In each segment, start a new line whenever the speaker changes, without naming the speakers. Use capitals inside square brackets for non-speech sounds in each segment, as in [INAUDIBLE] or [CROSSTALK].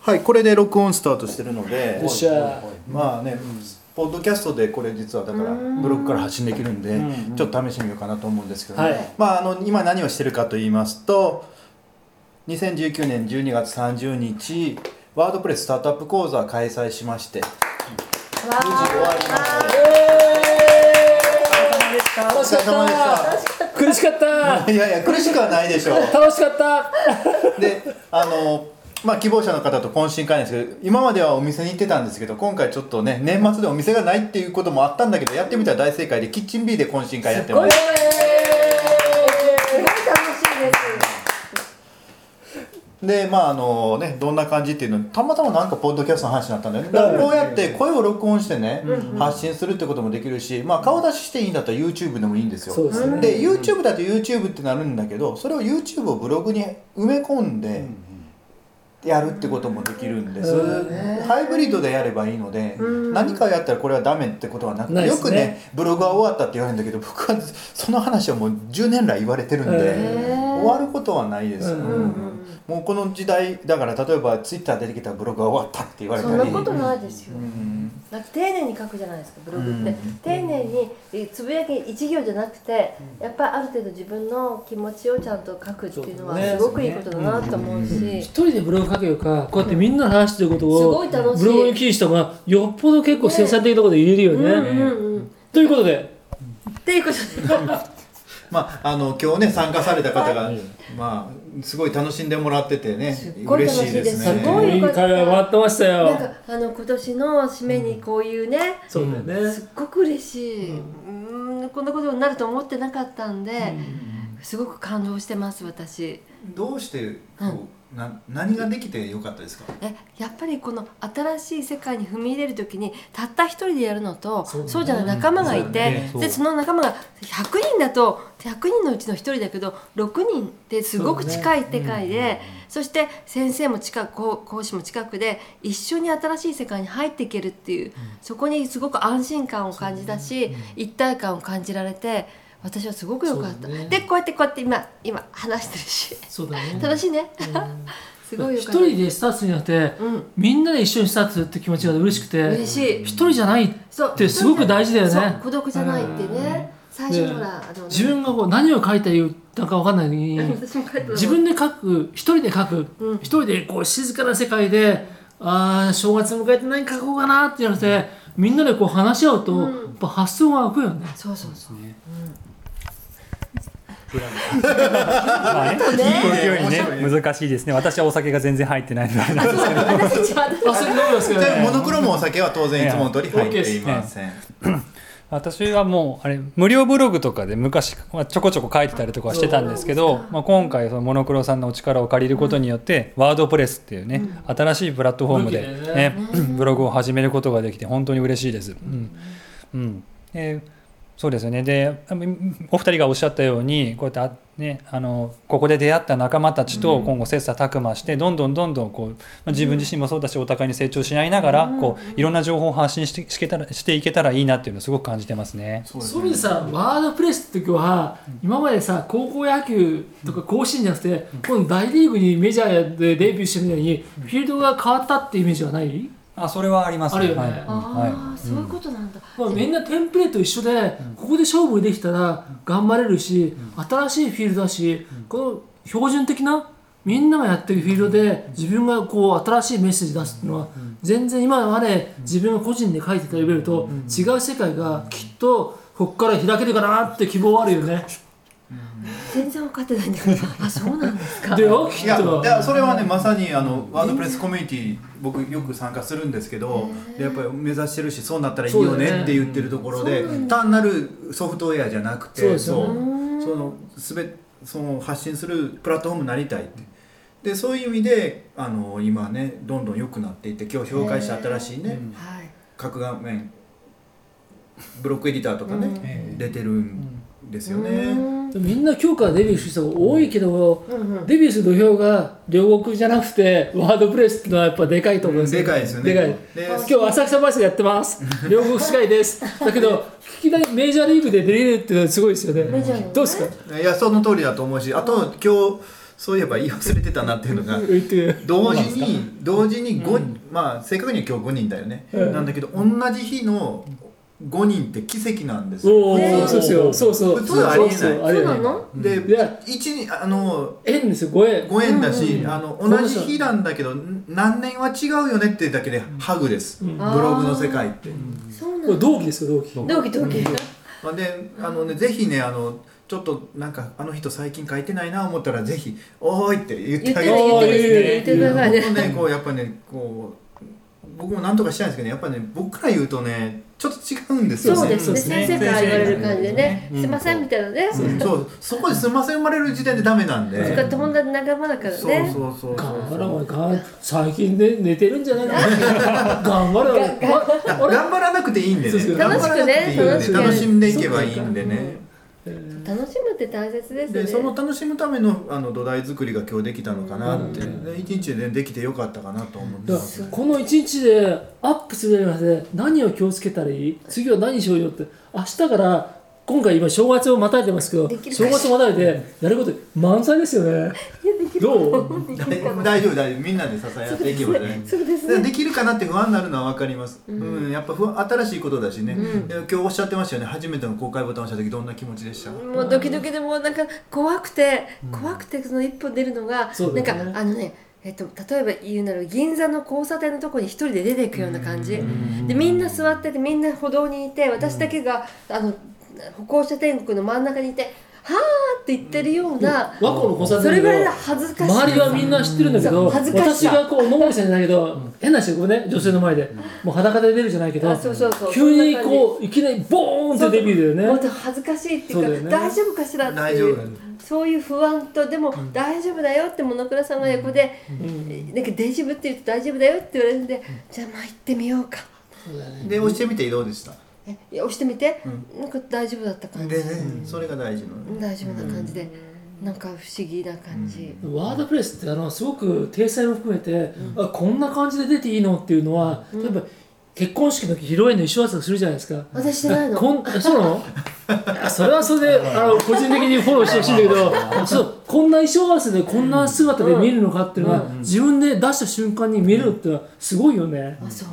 はいこれで録音スタートしてるので
よっしゃ
まあね、ポッドキャストでこれ実はだからブログから発信できるんで
うんうん
ちょっと試してみようかなと思うんですけど、
はい
まああの今何をしてるかと言いますと2019年12月30日ワードプレススタートアップ講座開催しまして
わ
無事終わりました
ー楽し
お疲
か
れ様
っ
でした
苦しかった
たいやいや苦しくはないでしょう
楽しかった
[LAUGHS] であのまあ希望者の方と懇親会なんですけど今まではお店に行ってたんですけど今回ちょっとね年末でお店がないっていうこともあったんだけどやってみたら大正解でキッチン B で懇親会やって
すご
ま
い
す
すごい楽しいです
でまああのねどんな感じっていうのたまたまなんかポッドキャストの話になったんだよねだからこうやって声を録音してね発信するってこともできるしまあ顔出ししていいんだったら YouTube でもいいんですよ
そうですね
で YouTube だと YouTube ってなるんだけどそれを YouTube をブログに埋め込んでやるってこともできるんです、
うん
ハイブリッドでやればいいので、何かをやったらこれはダメってことはなくて
ないで
よ
すね
くねブログは終わったって言われるんだけど僕はその話はもう10年来言われてるんで、
へ
終わることはないです、
うん
うんもうこの時代だから例えば Twitter 出てきたらブログは終わったって言われ
そ
たり
んなことないですよ
うん
だって丁寧に書くじゃないですかブログって、
うん
丁寧にえつぶやき一行じゃなくてやっぱりある程度自分の気持ちをちゃんと書くっていうのは
そうです
す
ね
ごくいいことだなと思うし、
一人でブログ書くよりかこうやってみんなの話してること
す
を
ごい楽しい
ブログに記事した方がよっぽど結構生産的なことで言えるよ
うんう
ね、
んうん
ということで
っていうことで [LAUGHS]
まあ、あの今日ね参加された方が、まあ、すごい楽しんでもらっててね
すっごい
嬉しいです
楽
ね
しいですすごい
いい会話終わってましたよ
なんかあの今年の締めにこういうね、
そうだよね、
すっごく嬉しい、うん、こんなことになると思ってなかったんで、すごく感動してます私
どうしてこうな何ができてよかったですか
えやっぱりこの新しい世界に踏み入れる時にたった一人でやるのとそう,、じゃない仲間がいて
そう
そ,、
だねそう
でその仲間が100人だと100人のうちの一人だけど6人ってすごく近い世界でそ,、して先生も近く講講師も近くで一緒に新しい世界に入っていけるっていう、そこにすごく安心感を感じたし、一体感を感じられて私はすごく良かった、
そうだね
でこうやってこうやって今今話してるし
そうだね
楽しいね、 [LAUGHS] すごい良
一
かった。
人でスタートするんじゃなくて、
うん
みんなで一緒にスタートするって気持ちが嬉しくて
嬉しい
一人じゃない
そう
ってすごく大事だよね
そう孤独じゃないってね最初ほらあの
自分がこう何を書いたらいいのか分かんないの
[LAUGHS]
に
私も書いてた
自分で書く一人で書く、一人でこう静かな世界でああ正月迎えて何書こうかなって言われてみんなでこう話し合うと、やっぱ発想が湧くよね。
そうそうそう
まあね、こ
ね
のようにね、難しいですね。私はお酒が全然入ってないのであれなんですけど。
私たちは
あそれ飲みますけど
じゃあ
ね
モノクロもお酒は当然いつもの通り入っていません。
[LAUGHS] 私はもうあれ無料ブログとかで昔まあちょこちょこ書いてたりとかはしてたんですけどまあ、今回そのモノクロさんのお力を借りることによって、ワードプレスっていうね、新しいプラットフォームで、
武器だよ
ねブログを始めることができて本当に嬉しいです。うんうんえーそうですよねであの [LAUGHS] お二人がおっしゃったようにこうやってあ、ね、あのここで出会った仲間たちと今後切磋琢磨して、どんどんどんどんこう、まあ自分自身もそうだしお互いに成長し合いながら、こういろんな情報を発信してしてたらしていけたらいいなっていうのをすごく感じてますね。
そう
そういう意味でさワードプレスって時は今までさ高校野球とか甲子園じゃなくて、この大リーグにメジャーでデビューしてみたいにフィールドが変わったってイメージはない、
あそれはあります
あるよね
はいうんはい
ああそういうことなんだ
まあ、みんなテンプレと一緒でここで勝負できたら頑張れるし新しいフィールドだしこの標準的なみんながやってるフィールドで自分がこう新しいメッセージ出すっていうのは全然今まで自分が個人で書いてたレベルと違う世界がきっとこっから開けるかなって希望はあるよね。
全然分かってないんだけどあそうなんですか
でよき
いや
っ
い
と
やそれはねまさにあのワードプレスコミュニティ僕よく参加するんですけどやっぱり目指してるしそうなったらいいよ
そうだよ
ね
ね
って言ってるところで単なるソフトウェアじゃなく
そう
て
ですよね
そうそのすべその発信するプラットフォームになりたいってでそういう意味であの今ねどんどん良くなっていって今日紹介した新しいね
はい
各画面ブロックエディターとかね、出てるんですよね。
みんな今日からデビューする人が多いけど
うんうん
デビューする土俵が両国じゃなくてワードプレスってのはやっぱでかいと思うんですよ
でかいですよね
でかい
で
今日浅草バイスやってます。両国司会です。だけど、聞きなりメジャーリーグで出れるっていうのはすごいですよね。
ジャーのね
どうですか。
いやその通りだと思うしあと今日そういえば言い忘れてたなっていうのが
言って
同時に同時に5、まあ正確には今日5人だよね、
うん
なんだけど同じ日の5人って奇跡なんですよ、
お
ね
おそうですよそうそう
普通はありえない
そう
そうな
ありえない
の
で
いや
一にあの
縁ですよご縁
ご縁だし、
うん
あの同じ日なんだけど何年は違うよねっていうだけでハグです、
うん
ブログの世界って。
そうな
これ
の
同期ですよ同期
同期同期
まあ、であのねぜひねあのちょっとなんかあの人最近書いてないな思ったらぜひ「おーい」って言っ
言ってて
あ
る
げ
あ
言
て
ー
ってる
い
言
いね
ってください
本
ね
当ねこうやっぱねこう僕もなんとかしたいんですけど、ね、やっぱね僕から言うとねちょっと違うんですよね。
そうですね
そうですね
先生から言われる感じでね
うん
すいませんみたいなね
そうそうそこですんません生まれる時点でダメなんで。
そっか友達仲間だから
そうそう
ね
そうそう。
頑張ろうがん最近ね寝てるんじゃないかな頑張ろ
がが
う
だ頑張らなくていいんで
そうそ
ね。
う
頑張らなくていいん
楽し
で
くね
楽しんでいけばいいんでね。
楽しむって大切ですね
でその楽しむためのあの土台作りが今日できたのかなって、で一日でできてよかったかなと思って
だ
ます
からこの一日でアップするじゃなくて何を気をつけたらいい次は何しようよって明日から今回今正月をまたいでますけど
できるかし
正月をまたいでやること満載ですよねどう
大丈夫大丈夫みんなで支え合っていけばね
そうです
で
ね
できるかなって不安になるのは分かります、うんやっぱ不安新しいことだしね、で今日おっしゃってましたよね初めての公開ボタン押した時どんな気持ちでした、
もうドキドキでもうなんか怖くて怖くてその一歩出るのが、
そう
な
だ
ん
よ
か
ね
あのねえっと、例えば言うなら銀座の交差点のとこに一人で出ていくような感じでみんな座っててみんな歩道にいて私だけがあの歩行者天国の真ん中にいて「はあ」って言ってるような
和光の交差
そ
点
れぐらい
で
の恥ずかしい
周りはみんな知ってるんだけ
そ
ど
う恥ずかし
私
さ
がこう野森さんじゃないけど変な人ごめんね女性の前でもう裸で出るじゃないけど
あそうそうそう
急にこういきなりボーンってデビューだ
も
よ
っ
ね
と恥ずかしいってい
そうだ
う
よ
か
ね
大丈夫かしらって
大
い
丈
う
夫
そういう不安とでも大丈夫だよってモノクラさんが横で「なんか大丈夫」って言うと「大丈夫だよ」って言われるんで「じゃあまあ行ってみようか」
で押してみてどうでした
えいや押してみて、なんか大丈夫だった
で
感じ、
ね、それが大事なのね
大丈夫な感じで、なんか不思議な感じ、
ワードプレスってあのすごく体裁も含めて、あこんな感じで出ていいのっていうのは、例えば結婚式の時披露宴の衣装合わせとかするじゃないですか。
私してないの
こん [LAUGHS] そうなのあそれはそれであの個人的にフォローしてほしいんだけどそうこんな衣装合わせでこんな姿で見るのかっていうのは、自分で出した瞬間に見るってのはすごいよね、
あそう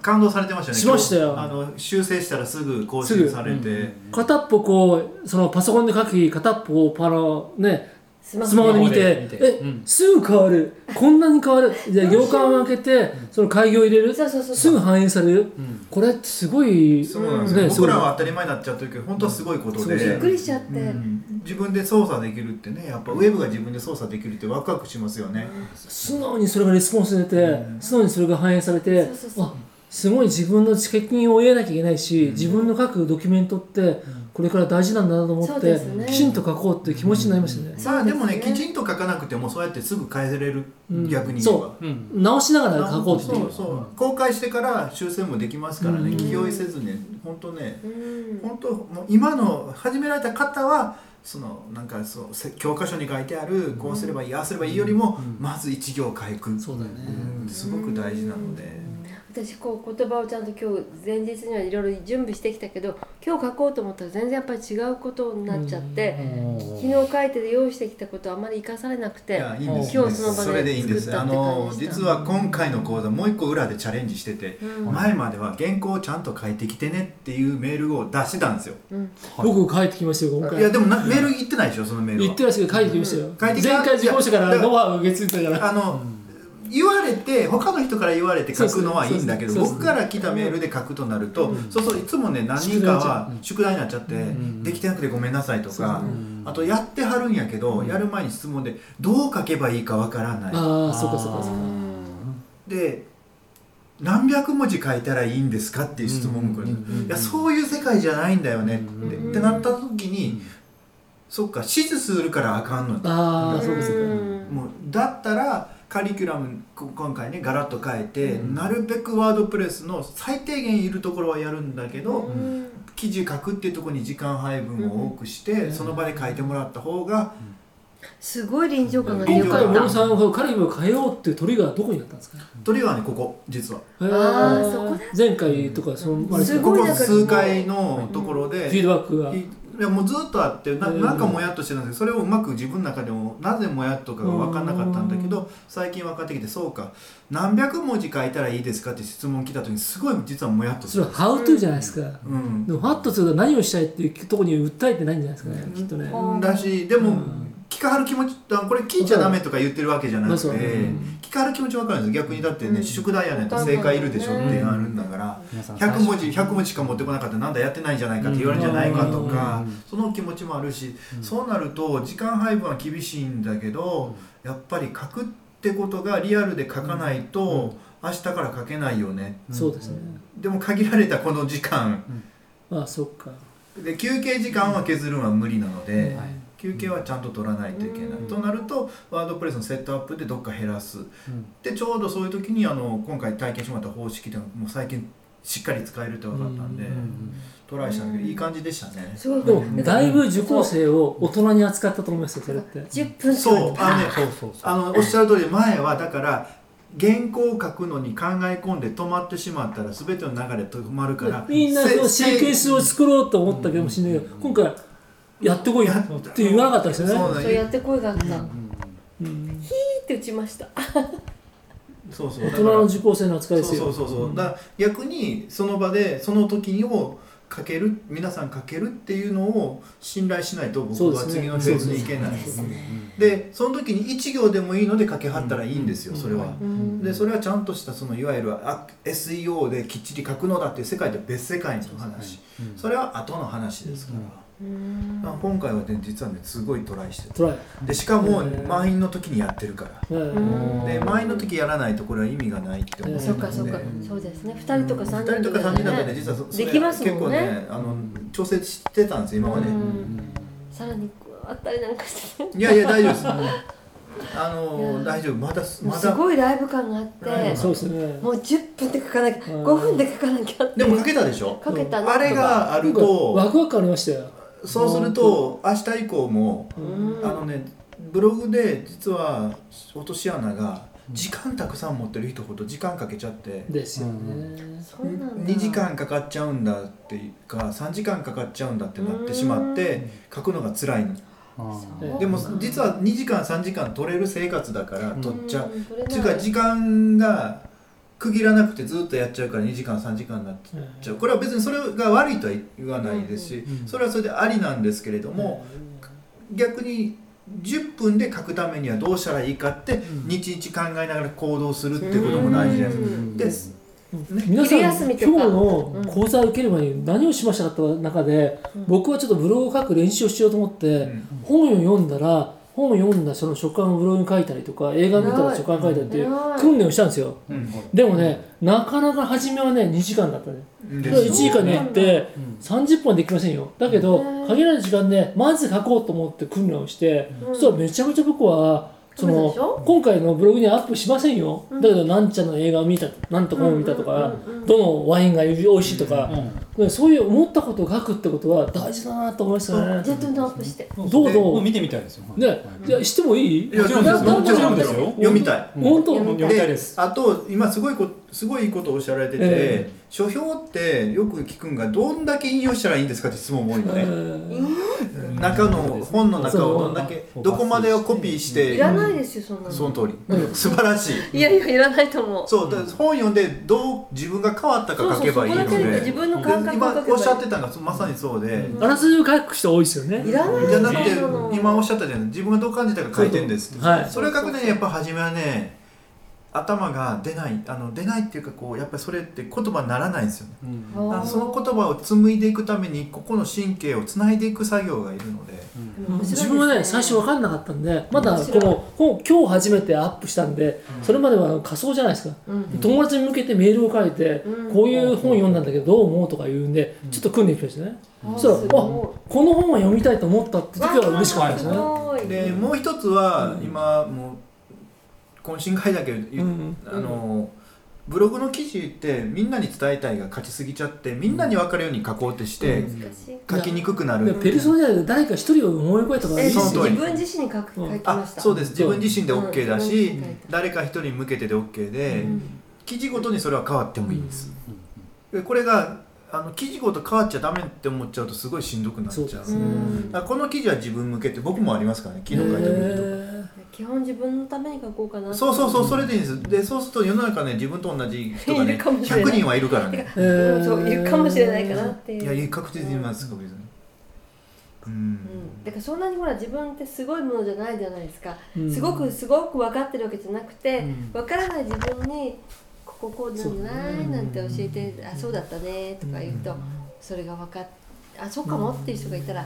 感動されてましたよね
しましたよ
今日あの修正したらすぐ更新されて、
片っぽこうそのパソコンで書き片っぽをパロね
スマホ
スマホで見て
見て
え、すぐ変わるこんなに変
[LAUGHS]
わるじゃあ行間を開けてその開業入れる
そうそうそう
すぐ反映される、これってすごい
そうなんですよ、僕ら
そう
は当たり前になっちゃってるけど本当はすごいこと
そう
で、
び
びっくりしちゃって、
うん自分で操作できるってねやっぱウェブが自分で操作できるってワクワクしますよね、
素直にそれがレスポンス出て、素直にそれが反映されて
そうそうそう
あすごい自分の責任を負えなきゃいけないし、自分の書くドキュメントってこれから大事なんだなと思
そ
っ
う
て、
ですね
きちんと書こうっていう気持ちになりましたね、
まあでもね
そうですね
きちんと書かなくてもそうやってすぐ変えれる、逆に言えば
そ直しながら書こうってい
そううそう公開してから修正もできますからね、気負いせずね本当ね
うん
本当もう今の始められた方はそのなんかそうせ教科書に書いてあるこうすればいい、ああすればいいよりも、まず一行書く
そうだよね
うんすごく大事なので、
私こう言葉をちゃんと今日前日にはいろいろ準備してきたけど今日書こうと思ったら全然やっぱり違うことになっちゃって、昨日書いてて用意してきたことあまり生かされなく
い
て
やいいんです
今日その場で
それでいいんです
作った
あ
って感
の
じでした
実は今回の講座もう一個裏でチャレンジしてて、前までは原稿をちゃんと書いてきてねっていうメールを出してたんですよ、
僕書いてきましたよ今
いや
回
でもなメール言ってないでしょそのメールは
言ってらっしゃる書いてきましたよ、
書いてきた
前回受講者からノウハウを受け継いだから
あの、言われて他の人から言われて書くのはいいんだけど
そうそうそう
僕から来たメールで書くとなると、そうそういつもね何人かは宿題になっちゃって、できてなくてごめんなさいとか、あとやってはるんやけど、やる前に質問でどう書けばいいかわからない、
ああそうかそうかそうか
で何百文字書いたらいいんですかっていう質問も来る、いやそういう世界じゃないんだよねって,、ってなった時に、そっか指示するからあかんの
ああそうかそうか
ん
もうだったらカリキュラムこ今回ねガラッと変えて、なるべくワードプレスの最低限いるところはやるんだけど、
うん
記事書くっていうところに時間配分を多くして、その場で書いてもらった方が、
すごい臨場感が
うん
良
今
か
回、
っ
森
た。
さんはカリブを変えようっていう鳥がどこにあったんですか
鳥はねここ実は
へ
あー
ー
そこだ
前回とかそのあれです
す
か
ごい
ここ
だから
数回のところで、
フィードバックが
いいやもうずっとあってな
うん
なんかもやっとしてたんですけどそれをうまく自分の中でもなぜもやっとかが分かんなかったんだけど最近分かってきてそうか何百文字書いたらいいですかって質問来た時にすごい実はもやっとす
それ
る
は「how to」じゃないですか、
うん
でも「what」すると何をしたいっていうところに訴えてないんじゃないですかね、きっとね、
うん
だしでも、
うん
聞かはる気持ちあこれ聞いちゃダメとか言ってるわけじゃなくて、
そううん
聞かはる気持ち分かるんですよ逆にだってね、
うん
宿題やねんと正解いるでしょってあるんだから、
皆さん
100文字100文字しか持ってこなかったらなんだやってないんじゃないかって言われるんじゃないかとか、
うん
その気持ちもあるし、
うん
そうなると時間配分は厳しいんだけど、やっぱり書くってことがリアルで書かないと、明日から書けないよね
そうですね、
でも限られたこの時間
まあそっか、
で休憩時間は削るのは無理なので。
はい
休憩はちゃんと取らないといけない、
うん
となるとワードプレスのセットアップでどっか減らす
うん
でちょうどそういう時にあの今回体験してもらった方式っていうのはもう最近しっかり使えるって分かったんで、
うん
トライしたんだけどいい感じでしたね、
すご
で
く
もだいぶ受講生を大人に扱ったと思いますよそれって
10分
そうあのね
そうそうそう
あのおっしゃる通り前はだから原稿を書くのに考え込んで止まってしまったら全ての流れ止まるから [LAUGHS]
みんなそのシーケン
ス
スを作ろうと思ったかもしれないけど今回やってこいよって言わなかったですよね
そうなん
そうやって声があった、
う
ピ
ん
うん
ーって打ちました
そうそう
大
だか
人
ら
の受講生の扱いで
そう
す
そ
よ
うそうそうだから逆にその場でその時にをかける皆さんかけるっていうのを信頼しないと
そ
僕
うで
は
すね
次のフェーズに行けない
そうですね
でその時に1行でもいいのでかけはったらいいんですよ、
うん
それは。
うん
でそれはちゃんとしたそのいわゆるあ SEO できっちり書くのだっていう世界とは別世界の話
うん
それは後の話ですから、
うん
まあ今回はね実はねすごいトライして
トライ
たでしかも
うん
満員の時にやってるから
うん
で満員の時やらないとこれは意味がないって思うので
そうかそうかそうですね二人とか
2
三
人
人
と
と
か
か
3
だ
人だ
よ
とね
ね
実はそ
できますもんね
結構ねあの調整してたんですよ今まで、
うんさらにこうあったりなんかして
いやいや大丈夫
[LAUGHS]
ですあ
い
の
や
大丈夫まだますだ
ごいライブ感があって、
ライブ
そうですね
もう10分で書かなきゃ
うん
5分で書かなきゃって
でもかけたでしょ
かけた
あれがあると
ワクワクありましたよ
そうすると明日以降も
う
あ
ん
のねブログで実は落とし穴が時間たくさん持ってる人ほど時間かけちゃって
ですよね
そうなんだ
2時間かかっちゃうんだっていうか3時間かかっちゃうんだってなってしまって書くのが辛いの
うん
でも
うん
実は2時間3時間取れる生活だから
うん
取っちゃう。
うん取れ
っ
な
ていうか時間が区切らなくてずっとやっちゃうから2時間3時間になっちゃうこれは別にそれが悪いとは言わないですし
うん
それはそれでありなんですけれども逆に10分で書くためにはどうしたらいいかって
ん
日々考えながら行動するってことも大事じゃないですか。です
皆さん
昼休み
今
と
日
か
の講座を受ける前に何をしましたかって中で、
うん
僕はちょっとブログを書く練習をしようと思って、
ん
本を読んだら本を読んだその書簡をブログに書いたりとか映画見たら書簡書いたりっていう
偉い
訓練をしたんですよ
うん
でもねなかなか初めはね2時間だったね
で
1時間で行って
うん
30分はできませんよだけ
へ
ど
ー
限られた時間でまず書こうと思って訓練をして、
う
そ
ん
したらめちゃめちゃ僕はそ
そうでしょ
の今回のブログにはアップしませんよ、
うん
だけどなんちゃんの映画を見たなんとかを見たとか、
うんうんうんうん
どのワインが美味しいとか、
うん
ねそういう思ったことを書くってことは大事だなと思いましたね
ジェットにアップして
どうぞ
も見てみたいですよ
ね、
はい
じゃあしてもいい
いやもちろんです
な
もちろん
で
ですす
よ
よ読みたい。
うん
本当、
うん
読みたいです
あと今すごいこすごいいいことをおっしゃられてて、
え
書評ってよく聞くんがどんだけ引用したらいいんですかって質問も多いのね、
えー
中の本の中をどんだけ
そう
どこまでをコピーし
い
て
らないですよそんな
その
の
通り、
うん
素晴らしい
いやいやいらないと思う
そうだから本読んでどう自分が変わったか書けばいいの
そうそう
で
そこだけで自分の感覚を書けばいい
で今おっしゃってたのがそまさにそうで、
あらすじを書く人多いですよね
いらない
じゃなくて
そんなの
今おっしゃったじゃない自分がどう感じたか書いてんですって
はい
それを書くのにやっぱ初めはね頭が出ないあの出ないっていうかこうやっぱりそれって言葉にならないんですよね
うん
あー
あのその言葉を紡いでいくためにここの神経をつないでいく作業がいるので
うん
面白いです
自分はね最初分かんなかったんでまだ
面
こ
白い
の本今日初めてアップしたんで、それまではあの仮想じゃないですか、
うん
友達に向けてメールを書いて、
うん
こういう本読んだんだけどどう思うとか言うんで、ちょっと訓練しましたね、
あ
そし
す
たらあ
ごい
この本は読みたいと思ったって時は嬉しかったですね、
わあすごい
でもう一つは今もう懇親会だけど、
うん
あのブログの記事ってみんなに伝えたいが勝ちすぎちゃってみんなに分かるように書こうってして、
難しい
書きにくくな
で
る
ペルソナで誰か一人を思い浮かべたからい
え
いで
その
す
通
よ
り
自分自身に書く書
うん
きま
あ
した
そうです自分自身で
うん
OK だし、
うん
誰か一人に向けてで OK で、
うん
記事ごとにそれは変わってもいいんです、でこれがあの記事ごと変わっちゃダメって思っちゃうとすごいしんどくなっちゃう
そうで
う
す
ん
だからこの記事は自分向けって僕もありますからね昨日書いてみると
基本自分のために書こうかなって
そうそうそうそれでいいんですでそうすると世の中ね自分と同じ人が
い
ね
るかもしれない
100人はいるからね
へー
うんそういるかもしれないかなっていう
いやいや確実にいます確実にう
うん
ん
だからそんなにほら自分ってすごいものじゃないじゃないですか、
うん
すごくすごく分かってるわけじゃなくて、
うん
分からない自分に「こここうなんじゃない?」
そう
なんて教えて「あそうだったね」とか言うと、それが分かっあそうかもっていう人がいたら、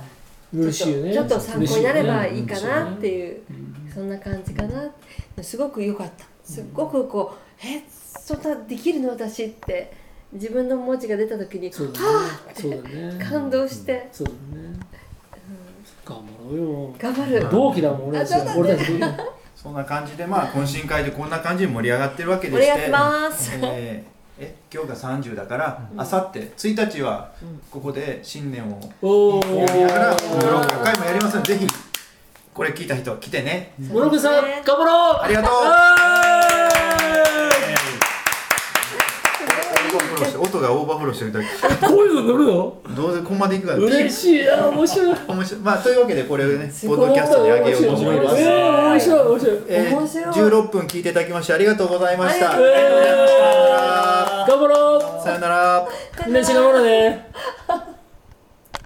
嬉
ち
しいよ
ょっと
ね
ちょっと参考になればいいかなって
う
いう、そんな感じかなすごく良かったすっごくこう「えそんなできるの私」って自分の文字が出た時に「
そうだ
は
ねそうだ
あ!」
ね
感動して、
そうだね頑張ろうよ
頑張る。
同期だもん俺たち
あ
は
そうだ
俺
ね
たち同期
そんな感じでまあ懇親会でこんな感じに盛り上がってるわけで
お
して
願いします。
えーえ今日が30だからあさって1日は
うん
ここで新年を
お
やりながらブロッ
ー
ク会もやりますのでぜひこれ聞いた人来てね
モロクさん頑張ろう
ありがとう
あ
オーバーフローして音がオーバーフローしてるだけ
ーこういうの乗るの
どうせこんまでいくから
嬉しいあー面白い
面白いまあというわけでこれをね
す
ポッ
ごい
ドキャストに上げようと思います
えー面白い面白い
えー
面白い
16分聞いていただきましてありがとうございました
あ
さ
りがとうございま
えー頑張ろ
よなら
うみんな一緒に頑張ろうね